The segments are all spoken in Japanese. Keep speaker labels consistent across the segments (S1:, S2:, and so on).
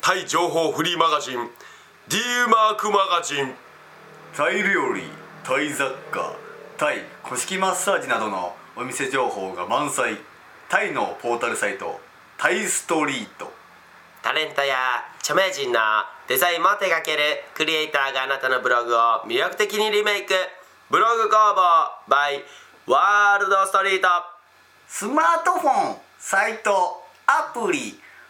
S1: タイ情報フリーマガジン D マークマガジン
S2: タイ料理タイ雑貨タイ古式マッサージなどのお店情報が満載タイのポータルサイトタイストリート
S1: タレントや著名人のデザインも手掛けるクリエイターがあなたのブログを魅力的にリメイクブログ工房 by ワールドストリート
S2: スマートフォンサイトアプリ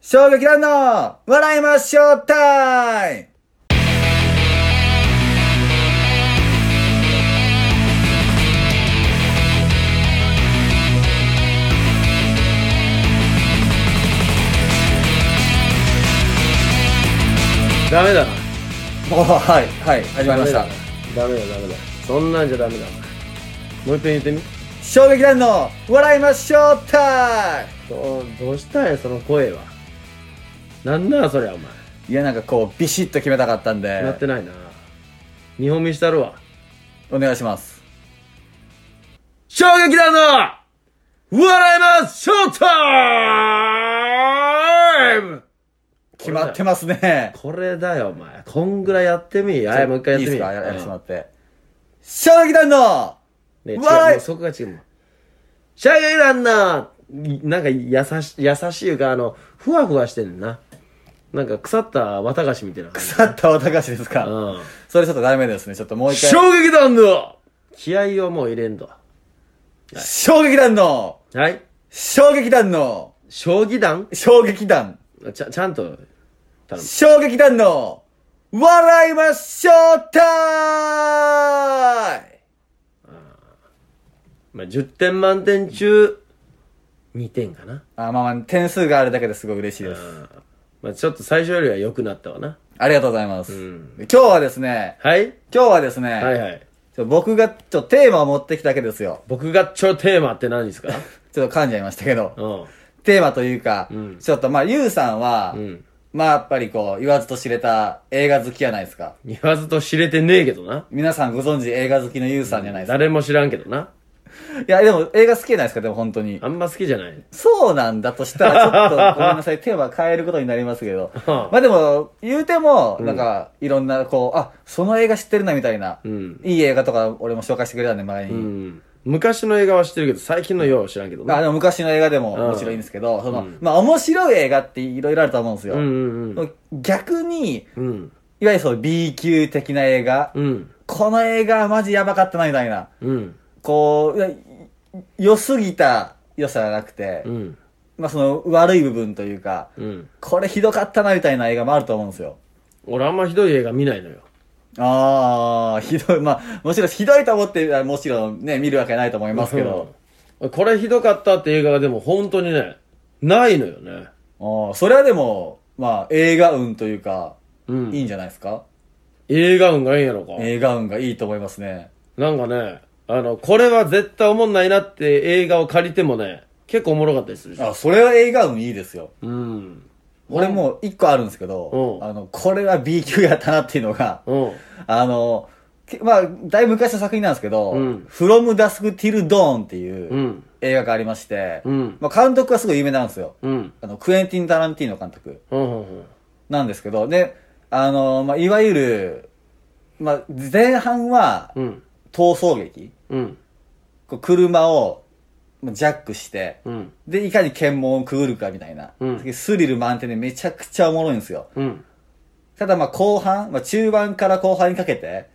S3: 衝撃ランド笑いましょうタイム
S4: ダメだな
S3: はいはい始まりました
S4: ダメだダメだそんなんじゃダメだもう一遍言ってみ
S3: 衝撃ランド笑いましょうタイム
S4: どうどうしたんやその声はなんならそれお前
S3: いやなんかこうビシッと決めたかったん
S4: なっ
S3: で
S4: てないな日本見したるわ
S3: お願いします
S4: 衝撃だな笑いますショータイム
S3: 決まってますね
S4: これだよお前こんぐらいやってみはいもう一回やってみ
S3: いいですかややらせてもら
S4: う
S3: って衝撃ラン
S4: ん
S3: ド
S4: ね違う
S3: 笑い
S4: もうそこが違うもん衝撃だないなんか優し優しいいうかあのふわふわしてんねんななんか腐った綿菓子みたいな感じ
S3: 腐ったおたかしですか、
S4: うん
S3: それちょっとダメですねちょっともう一回
S4: 衝撃弾の気合をもう入れんと。
S3: 衝撃弾の
S4: はい。
S3: 衝撃弾の
S4: 将棋弾
S3: 衝撃弾
S4: ちゃ、ちゃんと、頼む。
S3: 衝撃弾の笑いましょうタイム
S4: まあ、10点満点中、2点かな。
S3: あまあまあ、点数があるだけですごい嬉しいです。
S4: まあ、ちょっと最初よりは良くなったわな。
S3: ありがとうございます。
S4: ん
S3: 今日はですね、
S4: はい
S3: 今日はですね、
S4: はいはい。
S3: ちょ僕がちょっとテーマを持ってきたわけですよ。
S4: 僕がちょテーマって何です か
S3: ちょっと噛んじゃいましたけど、
S4: うん。
S3: テーマというか、
S4: うん
S3: ちょっとまあ、ゆうさんは、
S4: うん。
S3: まあやっぱりこう、言わずと知れた映画好きじゃないですか。
S4: 言わずと知れてねえけどな。
S3: 皆さんご存知映画好きのゆうさんじゃないですか。
S4: 誰も知らんけどな。
S3: いや、でも映画好きじゃないですか、でも本当に。
S4: あんま好きじゃない。
S3: そうなんだとしたら、ちょっとごめんなさい、テーマ変えることになりますけど。
S4: はあ
S3: まあでも、言うても、なんか、いろんな、こう、あ、その映画知ってるな、みたいな、
S4: うん
S3: いい映画とか俺も紹介してくれたんで、前に。
S4: うん。昔の映画は知ってるけど、最近のようは知らんけど
S3: まあ
S4: な。
S3: でも昔の映画でも
S4: うん
S3: もちろんいいんですけど、その、まあ面白い映画っていろいろあると思うんですよ。
S4: うんうんうん。
S3: 逆に、
S4: うん。
S3: いわゆるその B 級的な映画、
S4: うん。
S3: この映画はマジやばかったな、みたいな。
S4: うん。
S3: こういや、良すぎた良さじゃなくて、
S4: うん。
S3: まあその悪い部分というか、
S4: うん。
S3: これひどかったなみたいな映画もあると思うんですよ。
S4: 俺あんまひどい映画見ないのよ。
S3: ああ、ひどい。まあ、もちろんひどいと思って、あもちろんね、見るわけないと思いますけど。
S4: うん。これひどかったって映画がでも本当にね、ないのよね。
S3: ああ、それはでも、まあ、映画運というか、
S4: うん
S3: いいんじゃないですか
S4: 映画運がいいんやろか。
S3: 映画運がいいと思いますね。
S4: なんかね、あの、これは絶対おもんないなって映画を借りてもね、結構おもろかったりするし。
S3: あ、それは映画運いいですよ。
S4: うん。
S3: 俺もう一個あるんですけど
S4: う、ん
S3: あの、これは B 級やったなっていうのが、
S4: うん。
S3: あの、けまあ、だいぶ昔の作品なんですけど、
S4: うん
S3: フロムダスクティルドーンっていううん映画がありまして、
S4: うん
S3: まあ、監督はすごい有名なんですよ。
S4: うん。
S3: あの、クエンティン・タランティーノ監督
S4: うん。うん。
S3: なんですけど、で、あの、まあ、いわゆる、まあ、前半は
S4: うん。
S3: 逃走劇。
S4: うん。
S3: こう車をまあジャックして、
S4: うん。
S3: で、いかに検問をくぐるかみたいな。
S4: うん
S3: スリル満点でめちゃくちゃおもろいんですよ。
S4: うん。
S3: ただまあ後半、まあ中盤から後半にかけて、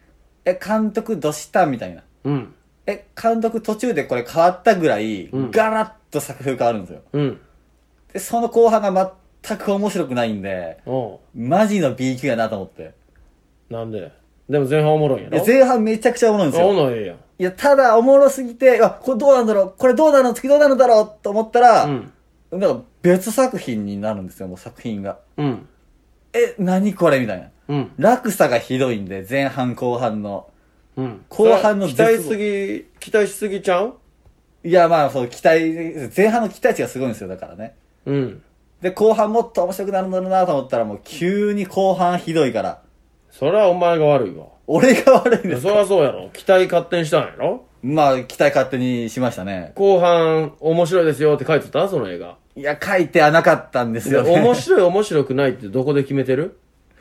S3: え、監督どしたみたいな。
S4: うん。
S3: え、監督途中でこれ変わったぐらい、
S4: ん
S3: ガラッと作風変わるんですよ。
S4: うん。
S3: で、その後半が全く面白くないんで、
S4: お
S3: マジの B 級やなと思って。
S4: うなんででも前半おもろいんや
S3: いや
S4: ろ
S3: 前半めちゃくちゃおもろいんです
S4: お
S3: よ。
S4: もろいやん。
S3: いや、ただおもろすぎて、あ、これどうなんだろうこれどうなの次どうなのだろうと思ったら、
S4: うん。
S3: なんか別作品になるんですよ、もう作品が。
S4: うん。
S3: え、何これみたいな。
S4: うん。
S3: 落差がひどいんで、前半後半の。
S4: うん。
S3: 後半の
S4: 期待しすぎ、期待しすぎちゃう
S3: いや、まあ、そう、期待、前半の期待値がすごいんですよ、だからね。
S4: うん。
S3: で、後半もっと面白くなるんだろうなと思ったら、もう急に後半ひどいから、
S4: そりゃお前が悪いわ。
S3: 俺が悪いん
S4: い
S3: で
S4: や
S3: す。
S4: そりゃそうやろ。期待勝手にしたんやろ
S3: まあ、期待勝手にしましたね。
S4: 後半、面白いですよって書いてたその映画。
S3: いや、書いてはなかったんですよ、ね。
S4: 面白い面白くないってどこで決めてる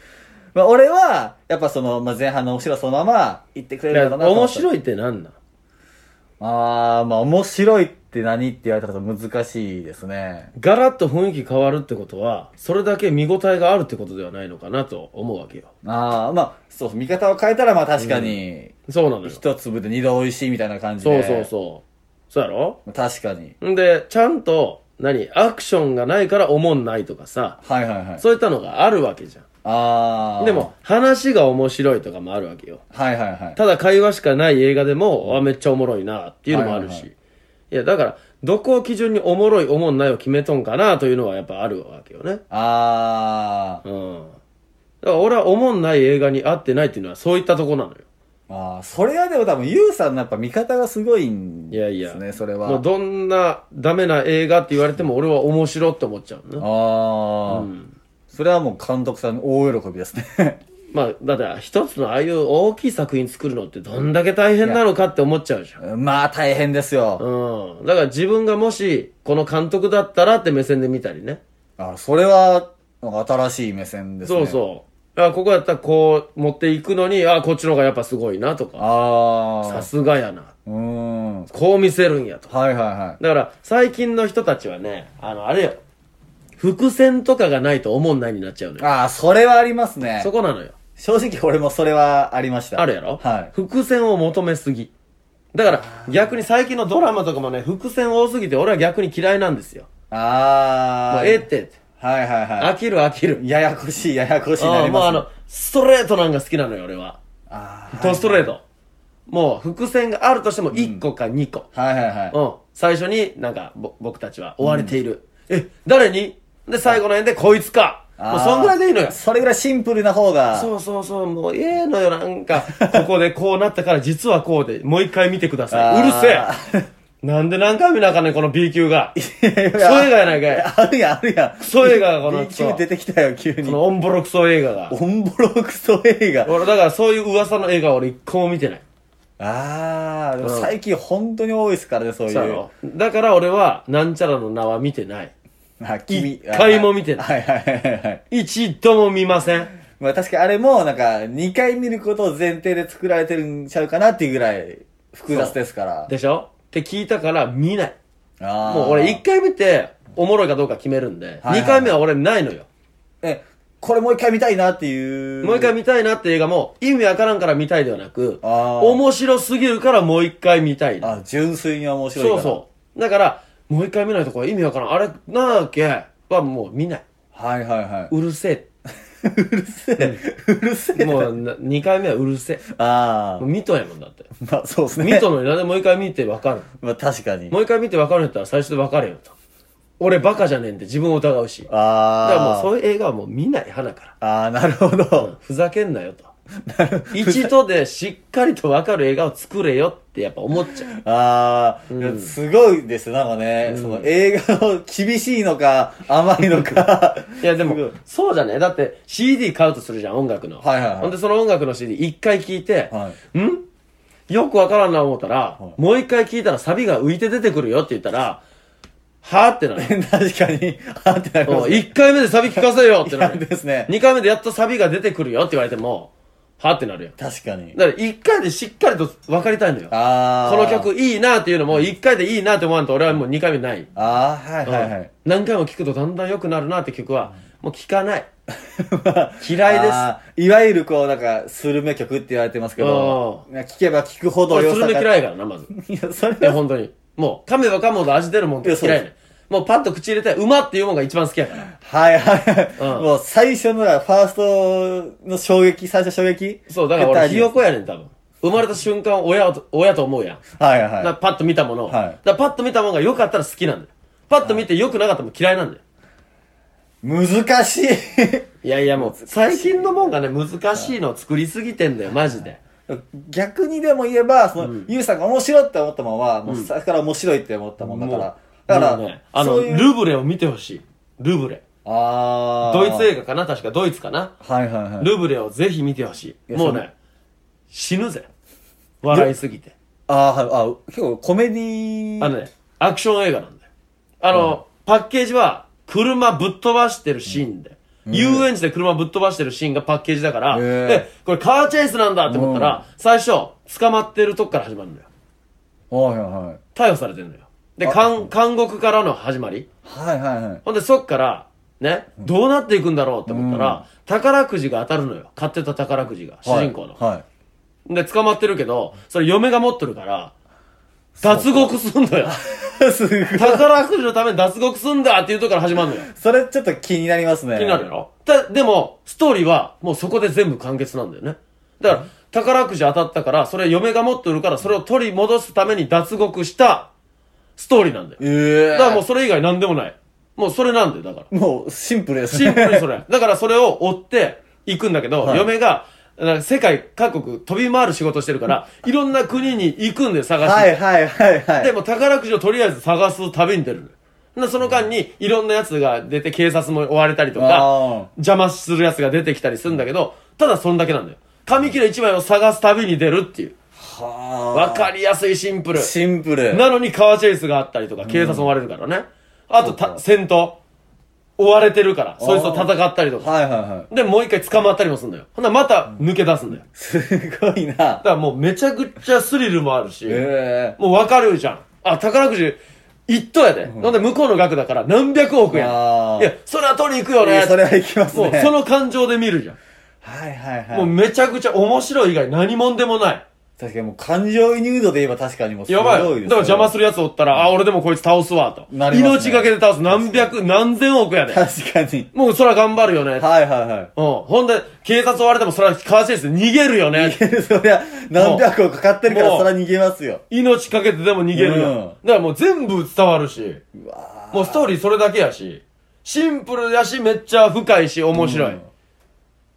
S3: まあ、俺は、やっぱその、まあ、前半の面白さそのまま言ってくれ
S4: い
S3: る
S4: や
S3: のかなと思
S4: 面
S3: った。い。
S4: 白いってなんなん
S3: あー、まあ、面白いって何って言われたら難しいですね。
S4: ガラッと雰囲気変わるってことは、それだけ見応えがあるってことではないのかなと思うわけよ。
S3: あー、まあ、そう、見方を変えたら、まあ確かに、
S4: そうなのよ。
S3: 一粒で二度美味しいみたいな感じ
S4: そう
S3: で。
S4: そうそう。そうやろ
S3: う。確かに。
S4: んで、ちゃんと、何アクションがないからおもんないとかさ、
S3: はいはいはい。
S4: そういったのがあるわけじゃ
S3: あー。
S4: ん。で。も、話が面白いとかもあるわけよ。
S3: はいはいはい。
S4: ただ会話しかない映画でも、あ、めっちゃおもろいな、っていうのもあるし。
S3: はいいはい
S4: や、だから、どこを基準におもろい、おもんないを決めとんかな、というのはやっぱあるわけよね。
S3: あー。
S4: うん。だから俺はおもんない映画に合ってないっていうのはそういったとこなのよ。
S3: あー、それはでも多分、ゆうさんのやっぱ見方がすごいん
S4: い
S3: です
S4: や
S3: ね、
S4: いや。
S3: それ
S4: もう
S3: は。
S4: どんなダメな映画って言われても俺は面白って思っちゃうのね。
S3: あー、それはもう監督さん大喜びですね。
S4: まあ、だって一つのああいう大きい作品作るのってどんだけ大変なのかって思っちゃうじゃん。
S3: まあ大変ですよ。
S4: うん。だから自分がもし、この監督だったらって目線で見たりね。
S3: あそれは、なんか新しい目線ですね。
S4: そうそう。あここやったらこう持っていくのに、あこっちの方がやっぱすごいなとか、
S3: あ
S4: さ
S3: あ。
S4: すがやな。
S3: うーん。はい
S4: こう見せるんやとか。
S3: はいはい。
S4: だから、最近の人たちはね、あの、あれよ。伏線とかがないと思んないになっちゃうのよ。
S3: ああ、それはありますね
S4: そ。こなのよ。
S3: 正直俺もそれはありました。
S4: あるやろ
S3: はい。
S4: 伏線を求めすぎ。だから、逆に最近のドラマとかもね、伏線多すぎて俺は逆に嫌いなんですよ。も
S3: あ
S4: う
S3: あ。
S4: ええって、
S3: はいはいは
S4: 飽きる飽きる。
S3: い。ややこしい、ややこしいな
S4: あ
S3: り
S4: もう
S3: ま
S4: あ
S3: すね
S4: の。、ストレートなんか好きなのよ、俺は。
S3: あ
S4: とストレート。もう、伏線があるとしても1個か2個。
S3: あ。はいはいはい。
S4: うん。最初になんか、ぼ、僕たちは追われている。え、誰にで、最後の辺で、こいつか。
S3: あ
S4: も
S3: ー
S4: う、そんぐらいでいいのよ。
S3: それぐらいシンプルな方が。
S4: そうそうそう、もう、ええのよ、なん か、ここでこうなったから、実はこうで、もう一回見てください。うる
S3: あ
S4: せえなんで何回見なあかんねん、この B 級 が。クソ映画やないかい。
S3: あるやんあるやん。ク
S4: ソ映画がこの
S3: B 級出てきたよ、急
S4: こ
S3: に。
S4: のオンボロクソ映画が。
S3: オンボロクソ映画。
S4: 俺、だからそういう噂の映画は俺一個も見てない。
S3: ああ、でも最近本当に多いですからね、そう
S4: そうや
S3: いう
S4: ろ。だから俺は、なんちゃらの名は見てない。
S3: あ、君。
S4: 一回も見てない
S3: はいはいはいはい。
S4: 一度も見ません。
S3: まあ確かにあれも、なんか、2回見ることを前提で作られてるんちゃうかなっていうぐらい、複雑ですから。
S4: でしょって聞いたから、見ない。
S3: あー
S4: もう俺1回見て、おもろいかどうか決めるんで、
S3: はい
S4: 2回目は俺ないのよ。
S3: え、これもう一回見たいなっていう。
S4: もう一回見たいなって映画も、意味わからんから見たいではなく、
S3: あー
S4: 面白すぎるからもう一回見たい。
S3: あ、純粋に面白いか
S4: そ
S3: ら。
S4: うそう。だから、もう一回見ないとこれ意味わからん。あれ、なあけはもう見ない。
S3: はいはいは
S4: うるせ
S3: い。うるせえ。うるせ
S4: え。
S3: え。
S4: もうな、2回目はうるせえ。
S3: あ
S4: もう見とんやもんだって。
S3: あ。まあそうですね。
S4: 見とんのになんでもう一回見てわかる
S3: まあ確かに。
S4: もう一回見てわかるんやったら最初でわかるよと。俺バカじゃねえんで自分を疑うし。だ
S3: ああ。
S4: からもうそういう映画はもう見ない、花から。
S3: ああ、なるほど。
S4: ふざけんな よと。一度でしっかりとわかる映画を作れよってやっぱ思っちゃう。
S3: ああ、いやすごいですなんかね、その映画の厳しいの か、甘いのか。
S4: いやです
S3: ご
S4: も
S3: い、
S4: そうじゃねだって CD 買うとするじゃん、音楽の。
S3: はいはいはい
S4: ほんでその音楽の CD 一回聴いて、
S3: は
S4: んよくわからんな思ったら、
S3: い
S4: もう一回聴いたらサビが浮いて出てくるよって言ったら、はぁってな る。
S3: 確かに、あーってなりま
S4: も
S3: す
S4: う
S3: ね。
S4: 一回目でサビ聞かせよってなる。
S3: いやですね
S4: 二回目でやっとサビが出てくるよって言われても、はってなるやん。
S3: 確かに。
S4: だから一回でしっかりと分かりたいのよ。こ
S3: ああ。
S4: の曲。いいなっていうのも一回でいいなって思わんと俺はもう二回目ない。
S3: ああ、はいはいは
S4: うん
S3: い。
S4: 何回も聴くとだんだん良くなるなって曲は、もう聴かない。 嫌いです
S3: あー。いわゆるこう、なんか、スルメ曲って言われてますけど、聞けば聞くほど
S4: 俺、スルメ嫌
S3: い。
S4: いからな、ま ず。
S3: いや、それ
S4: いや、
S3: は、
S4: 本当に。もう、噛めば噛むほど味出るもんって嫌い
S3: いやそう
S4: ね。もうパッと口入れたい。馬っていうもんが一番好きやから。
S3: はいはい。
S4: うん
S3: もう最初のは、ファーストの衝撃、最初衝撃
S4: そう、だから俺、ひよこ
S3: や。
S4: やねん、多分。生まれた瞬間、親と、親と思うやん。
S3: はいはい
S4: だから
S3: は
S4: パッと見たものを。
S3: はい
S4: だからパッと見たものが良かったら好きなんだよ。パッと見て良くなかったもん嫌いなんだよ。
S3: い。難しい。
S4: いやいやもう、最近のもんがね、難しいのを作りすぎてんだよ、マジで。
S3: 逆にでも言えば、その、ゆうさんが面白いって思ったもんは、もう、最初から面白いって思ったもんだから。だから、
S4: もうね、あの、
S3: そういう
S4: ルブレを見てほしい。ルブレ。
S3: ああ。
S4: ドイツ映画かな確かドイツかな
S3: 画。はいはいはい。
S4: ルブレをぜひ見てほしい。
S3: や
S4: もうね、死ぬぜ。笑いすぎて。
S3: あーはい、あ、結構コメディ
S4: あのね、アクション映画なんだよ。あの、パッケージは、車ぶっ飛ばしてるシーンで。遊園地で車ぶっ飛ばしてるシーンがパッケージだから、
S3: へー
S4: で、これカーチェイスなんだって思ったら、最初、捕まってるとこから始まるんだよ。
S3: はいはいはい。
S4: 逮捕されてるのよ。で、監、監獄からの始まり。
S3: はいはいはい。
S4: ほんで、そっから、ね、どうなっていくんだろうって思ったら、宝くじが当たるのよ。買ってた宝くじが、主人公の。
S3: はい。
S4: で、捕まってるけど、それ嫁が持ってるから、脱獄すんの よ。
S3: はい、すごい。
S4: 宝くじのために脱獄すんだっていうとこから始まるのよ。
S3: それちょっと気になりますね。
S4: 気になるやろだでも、ストーリーはもうそこで全部完結なんだよね。だから、宝くじ当たったから、それ嫁が持ってるから、それを取り戻すために脱獄したストーリーなんだよ。
S3: ええ
S4: だからもうそれ以外何でもない。もうそれなんだよ、だから。
S3: もうシンプルです
S4: シ
S3: ね。
S4: ンプルにそれ。だからそれを追って行くんだけど、
S3: はい
S4: 嫁が、なんか世界各国飛び回る仕事してるから、いろんな国に行くんで探し
S3: は
S4: て。
S3: いはいはいはい。
S4: で、もう宝くじをとりあえず探す旅に出るのよ。なその間に、いろんな奴が出て警察も追われたりとか
S3: あー、
S4: 邪魔する奴が出てきたりするんだけど、ただそんだけなんだよ。紙切れ一枚を探す旅に出るっていう。
S3: は
S4: わかりやすいシンプル
S3: あ。。シンプル。
S4: なのにカーチェイスがあったりとか、警察も追われるからね。あとた、戦闘。追われてるから、そいつと戦ったりとか。
S3: はいはいはい。
S4: で、もう一回捕まったりもするんだよ。ほんならまた抜け出すんだよ。だ
S3: すごいな。
S4: からもうめちゃくちゃスリルもあるし、
S3: ええ
S4: もうわかるじゃん。あ、宝くじ、一等やで。なんで向こうの額だから何百億やん。い
S3: あー
S4: や、それは取りに行くよ
S3: い
S4: ね。
S3: やそれはいきますね
S4: もうその感情で見るじゃん。
S3: はいはいはい。
S4: もうめちゃくちゃ面白い以外何もんでもない。
S3: 確かにもう感情移入度で言えば確かにもうすご
S4: やばい。だ
S3: い
S4: から
S3: です。
S4: 邪魔す
S3: る。
S4: るやつおったら、あ、俺でもこいつ倒すわと。
S3: なりますね
S4: 命がけで倒す。何百、何千億やで。
S3: 確かに。
S4: もうそら頑張るよね。
S3: はいはいは
S4: うん。ほんで、警察追われてもそらカーチェイスで逃げるよね。
S3: い。そりゃ、何百億かかってるか
S4: も
S3: ら
S4: う
S3: そりゃ逃げますよ。
S4: 命かけてでも逃げるよ。だからもう全部伝わるし。もうストーリーそれだけやし。シンプルやし、めっちゃ深いし、面白い。
S3: うん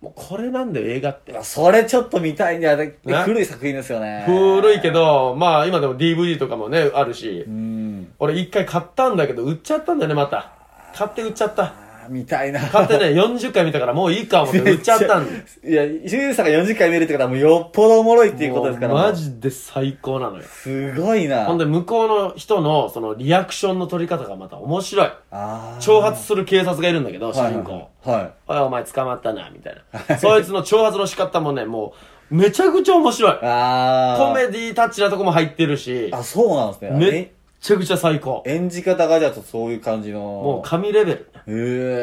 S4: もうこれなんだよ、映画って。
S3: それちょっと見たいんだよ。で
S4: な
S3: 古い作品ですよね。
S4: 古いけど、まあ今でも DVD とかもね、あるし。
S3: うん。
S4: 俺一回買ったんだけど、売っちゃったんだよね、また。買って売っちゃった。
S3: あー見たいな。
S4: 買ってね、40回見 たからもういいか思って売っちゃったんだよ。
S3: いや、ゆうさんが40回見れるってことはもうよっぽどおもろいっていうことですから。
S4: もうマジで最高なのよ。
S3: すごいな。
S4: ほんで、向こうの人の、その、リアクションの取り方がまた面白い。
S3: あー
S4: 挑発する警察がいるんだけど、主
S3: はい
S4: 人公。
S3: は
S4: おい、お前捕まったな、みたいな。そいつの挑発の仕方もね、もう、めちゃくちゃ面白い
S3: い。。ああ。
S4: コメディタッチなとこも入ってるし、
S3: あ、そうなんですね。
S4: めっちゃくちゃ最高
S3: え。演じ方がじゃあそういう感じの。
S4: もう神レベル。
S3: う。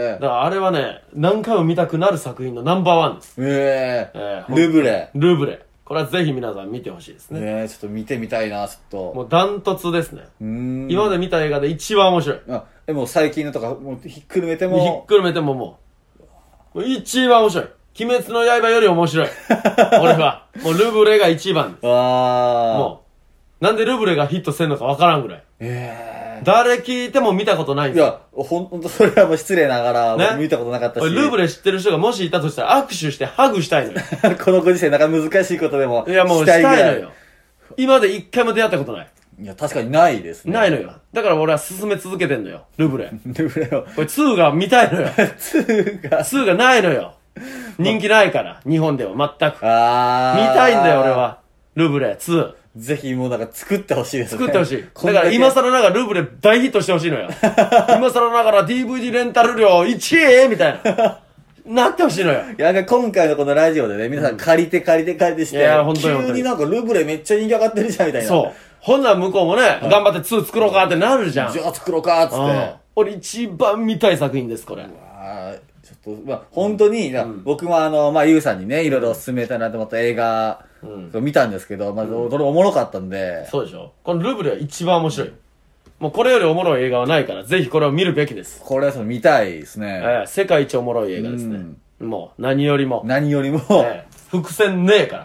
S3: へ
S4: だからあれはね、何回も見たくなる作品のナンバーワンです。
S3: え。へ
S4: えー
S3: え。ルブレ。
S4: ルブレ。これはぜひ皆さん見てほしいですね。
S3: ねえ、ちょっと見てみたいな、ちょっと。
S4: もうダントツですね。
S3: うーん。
S4: 今まで見た映画で一番面白い。
S3: あ、でも最近のとか、もうひっくるめて
S4: ひっ
S3: も。
S4: くるめてももう、もう一番面白い。鬼滅の刃より面 白い。俺は。もうルブレが一番です。
S3: ああ。
S4: もう。なんでルブレがヒットせんのかわからんぐらい。
S3: う。ええ。
S4: 誰聞いても見たことないん
S3: い
S4: ですよ。
S3: や、ほんほんと、それはもう失礼なが
S4: ね
S3: ら、見たことなかった
S4: 俺
S3: し。
S4: ルブ
S3: レ。
S4: レ知ってる人がもしいたとしたら握手してハグしたいのよ。
S3: このご時世、なかなか難しいことでも。
S4: いやもうし
S3: したたい
S4: い
S3: ぐら
S4: のよ。。今まで一回も出会ったことない。
S3: いや、確かにないですね。
S4: ないのよ。だから俺は進め続けてんのよ。ルブレ。
S3: ルブレを。
S4: これ2が見たいのよ。
S3: 2が。
S4: 2がないのよ。人気ないから、日本では全く。見
S3: あー。
S4: たいんだよ俺。は。ルブレ2。
S3: ぜひもうなんか作ってほしいですね。
S4: 作ってほしい。だ
S3: こん
S4: か
S3: だ
S4: ら
S3: け
S4: 今更ながらルーブで 大ヒットしてほしいのよ。今更ながら DVD レンタル料1位みたいな。なってほしいのよ。
S3: いや、なんか今回のこのラジオでね、皆さん借りて借りて借りてして、
S4: いや本当に本当
S3: 急
S4: に
S3: になんかルブレめっちゃ人気上がってるじゃんみたいな。
S4: そう。ほんなら向こうもね、頑張って2作ろうかってなるじゃん。
S3: じゃあ作ろうかっつって。
S4: うん俺一番見たい作品です、これ。
S3: あーちょっと、まあ、本当に、僕もあの、まあ、ゆうさんにね、いろいろ勧めたいなと思った映画、見たんですけど、まあ、どどれもおもろかったんで、
S4: そうでしょこのルーブルは一番面白い。もうこれよりおもろい映画はないから、ぜひこれを見るべきです。
S3: これはその見たいですね。
S4: ええ世界一おもろい映画ですね。もう、何よりも。
S3: 何よりも、
S4: ええ伏線ねえか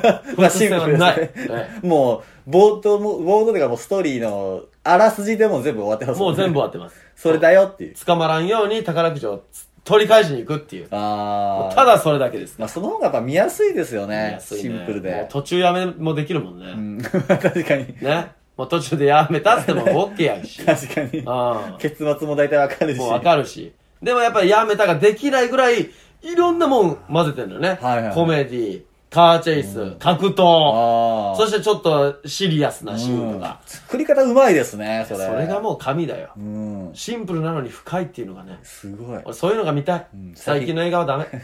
S4: ら。
S3: まあ、シンプルです
S4: ない
S3: ね。もう、冒頭も、冒頭というかもうストーリーの、あらすじでもう全部終わってます
S4: もう全部終
S3: わ
S4: わってます。
S3: それだよっていう。
S4: 捕まらんように宝くじを取り返しに行くっていう。
S3: ああ。
S4: た、だそれだけです。
S3: まあ、その方がやっぱ見やすいですよ
S4: 見
S3: ね。
S4: やすい
S3: シ
S4: ね
S3: ンプル
S4: もう
S3: で。
S4: 途中やめもできるもんね。
S3: うん、 確かに。
S4: ね。もう途中でやめたっても OK やし。
S3: 確かに。
S4: あ
S3: 結末も大体わかるし。
S4: もうわかるし。でもやっぱりやめたができないぐらい、いろんなもん混ぜてるのね。
S3: はいはい
S4: コメディ、カーチェイス、格闘、
S3: ああ。
S4: そしてちょっとシリアスなシーンとか。
S3: 作り方うまいですね、それ。
S4: それがもう神だよ
S3: う。。うん。
S4: シンプルなのに深いっていうのがね。
S3: すごい。
S4: 俺そういうのが見たい。最近の映画はダメ。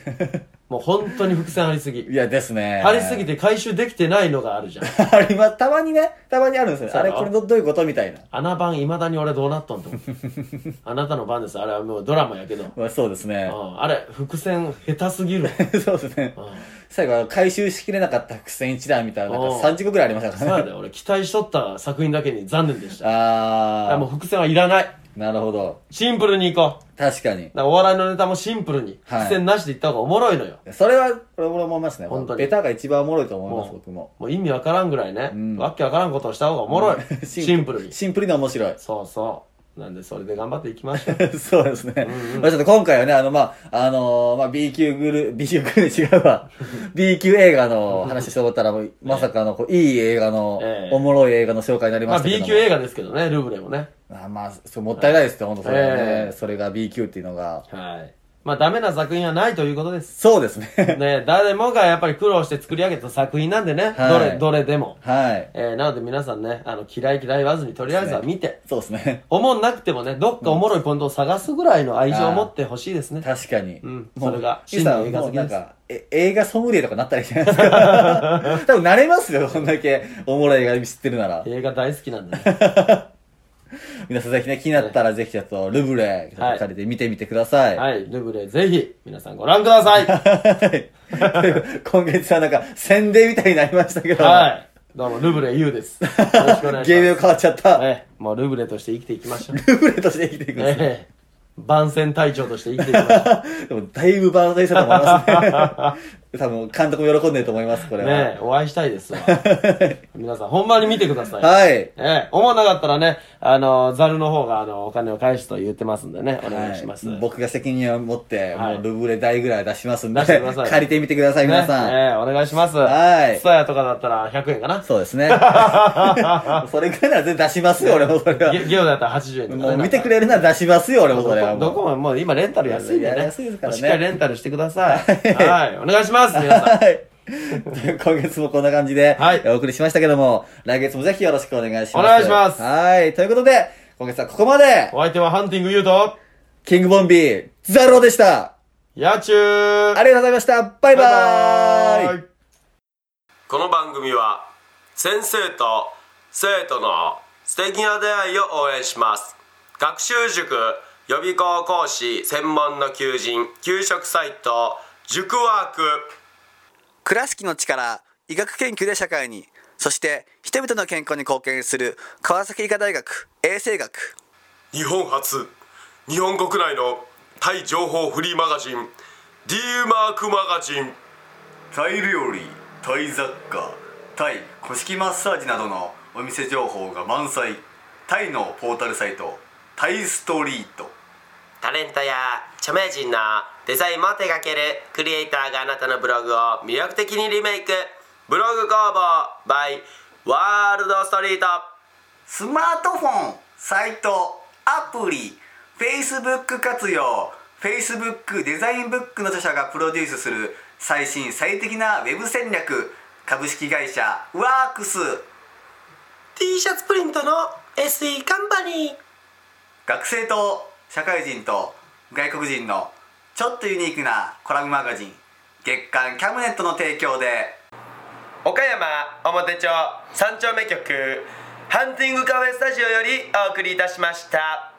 S4: もう本当に伏線張りすぎ
S3: い。や、ですね。
S4: 張りすぎ。て回収できてないのがあるじゃん。
S3: あります。たまにね、たまにあるんですよ。
S4: そう
S3: あ
S4: や
S3: れ、
S4: ろ
S3: これどどういうことみたいな。
S4: あの晩、未だに俺どうなっとん と思う。あなたの番です。あれはもうドラマやけど。
S3: まあ、そうですね
S4: う。んあれ、伏線下手すぎる。
S3: そうですね。最後、回収しきれなかった伏線一覧みたいな、なんか
S4: うん
S3: 30個ぐらいありました
S4: そ
S3: か
S4: う
S3: ら
S4: や
S3: ね。
S4: で、俺期待しとった作品だけに残念でした。だからも
S3: あ
S4: う伏線はいらない。
S3: ー、なるほど。
S4: シンプルにいこう。
S3: 確かに。
S4: だからお笑いのネタもシンプルに、
S3: はい
S4: 伏線なしでいった方がおもろいのよ。
S3: それは、俺も思いますね。
S4: 本当に
S3: ベタが一番おもろいと思います、
S4: も
S3: 僕も。
S4: もう意味わからんぐらいね、わっけわからんことをした方がおもろい。 シンプルに。
S3: シンプルに面白い。
S4: そうそう。なんでそれで 頑張っていきましょう。
S3: そうですね。まあちょっと今回はね、あの、まあ、あのーまあ、B 級グル、B 級グル違うわ。B 級映画の話して思った ら、もうまさかの、こう、いい映画の
S4: え、え
S3: おもろい映画の紹介になり
S4: ま
S3: ま
S4: あ
S3: したけど
S4: B
S3: も。
S4: 級映画ですけどね、ルブレもね。
S3: あまあ、そうもったいないですって、本当それは
S4: ええ
S3: ね。それが B 級っていうのが。
S4: はい。まあダメな作品はないということです。
S3: そうです ね。
S4: ね、誰もがやっぱり苦労して作り上げた作品なんでね、
S3: はい
S4: どれ、どれでも。
S3: はい。
S4: えーなので皆さんね、あの、嫌い嫌い言わずに、とりあえずは見て、
S3: そうですね。
S4: おもんなくてもね、どっかおもろいポイントを探すぐらいの愛情を持ってほしいですね。
S3: 確かに。
S4: ん
S3: もう
S4: それが
S3: ゆうさ
S4: 真の映
S3: ん、
S4: 画
S3: も
S4: 好
S3: う
S4: きです
S3: なんか、え映画ソムリエとかなったらいいじゃないで すか。多分慣れますよ、こんだけおもろい映画知ってるなら。
S4: 映画大好きなんで、ね、
S3: 皆さんぜひね、気になったらぜひちょっと、ルブレ、
S4: はい
S3: 借りて見てみてください。
S4: はい、ルブレぜひ、皆さんご覧ください
S3: はい。 今月はなんか宣伝みたいになりましたけど、
S4: はい。どうも、ルブレゆうです。よろしくお願い します。
S3: 芸名変わっちゃった。
S4: ええもうルブレとして生きていきましょ う。
S3: ルブレとして生きていくんですね。
S4: ええ番宣隊長として生きていきましょう。
S3: でもだいぶバーンドしたと思います ね。多分監督も喜んでると思います、これは。
S4: ねえ、お会いしたいですわ。皆さん、ほんまに見てください。
S3: はい。
S4: ええ、思わなかったらね、あの、ザルの方が、あの、お金を返すと言ってますんでね、お願いします。
S3: はい僕が責任を持って、
S4: はい
S3: もうルブレ代ぐらい出しますんで、
S4: 出してください
S3: 借りてみてください、皆さん。
S4: ねええお願いします。
S3: はい
S4: スタヤとかだったら100円かな。
S3: そうですね。それぐらいなら全然出しますよ、俺もそれ は。
S4: ゲゲオだったら80円とかね。
S3: もう見てく
S4: れ。
S3: れるなら出しますよ、俺もそれはもう。
S4: どこももう今レンタル安いんでね。
S3: 安いですからね
S4: しっかりレンタルしてくだ さい。はい。お願いします、皆さん。
S3: はい。今月もこんな感じで、
S4: はい
S3: お送りしましたけども、来月もぜひよろしくお願いします。
S4: お願いします
S3: はい。ということで、今月はここまで、
S4: お相手はハンティングユーと、
S3: キングボンビー、ザローでした。
S4: 野中
S3: ありがとうございました。バイバーイ
S4: イ
S1: この番組は先生と生徒の素敵な出会いを応援します学習塾予備校講師専門の求人給食サイト塾ワーク
S5: 倉敷の力医学研究で社会にそして人々の健康に貢献する川崎医科大学衛生学
S1: 日本初日本国内のタイ情報フリーマガジン D マークマガジン
S2: タイ料理タイ雑貨タイ古式マッサージなどのお店情報が満載タイのポータルサイトタイストリート
S1: タレントや著名人のデザインも手掛けるクリエイターがあなたのブログを魅力的にリメイクブログ工房 by ワールドストリート
S2: スマートフォンサイトアプリ Facebook 活用 Facebook デザインブックの著者がプロデュースする最新最適なウェブ戦略株式会社ワークス
S1: T シャツプリントの SE カンパニー
S2: 学生と社会人と外国人のちょっとユニークなコラムマガジン月刊キャムネットの提供で
S1: 岡山表町三丁目局ハンティングカフェスタジオよりお送りいたしました。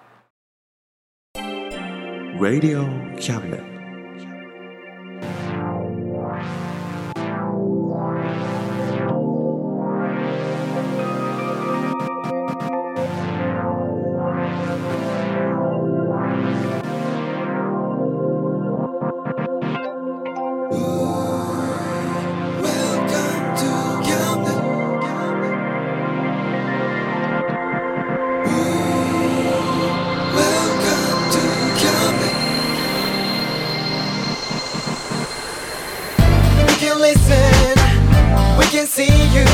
S6: Radio Cabinet.
S7: We can listen, we can see you.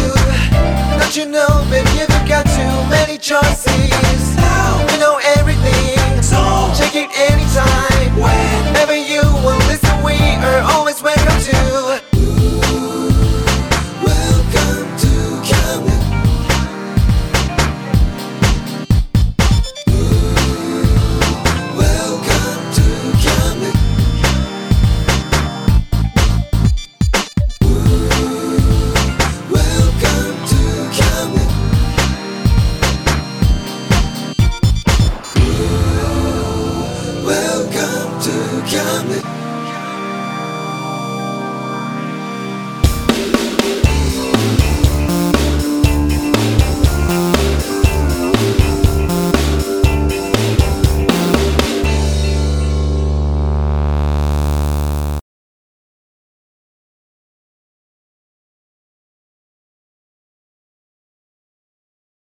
S7: Don't you know, baby, you've got too many choices.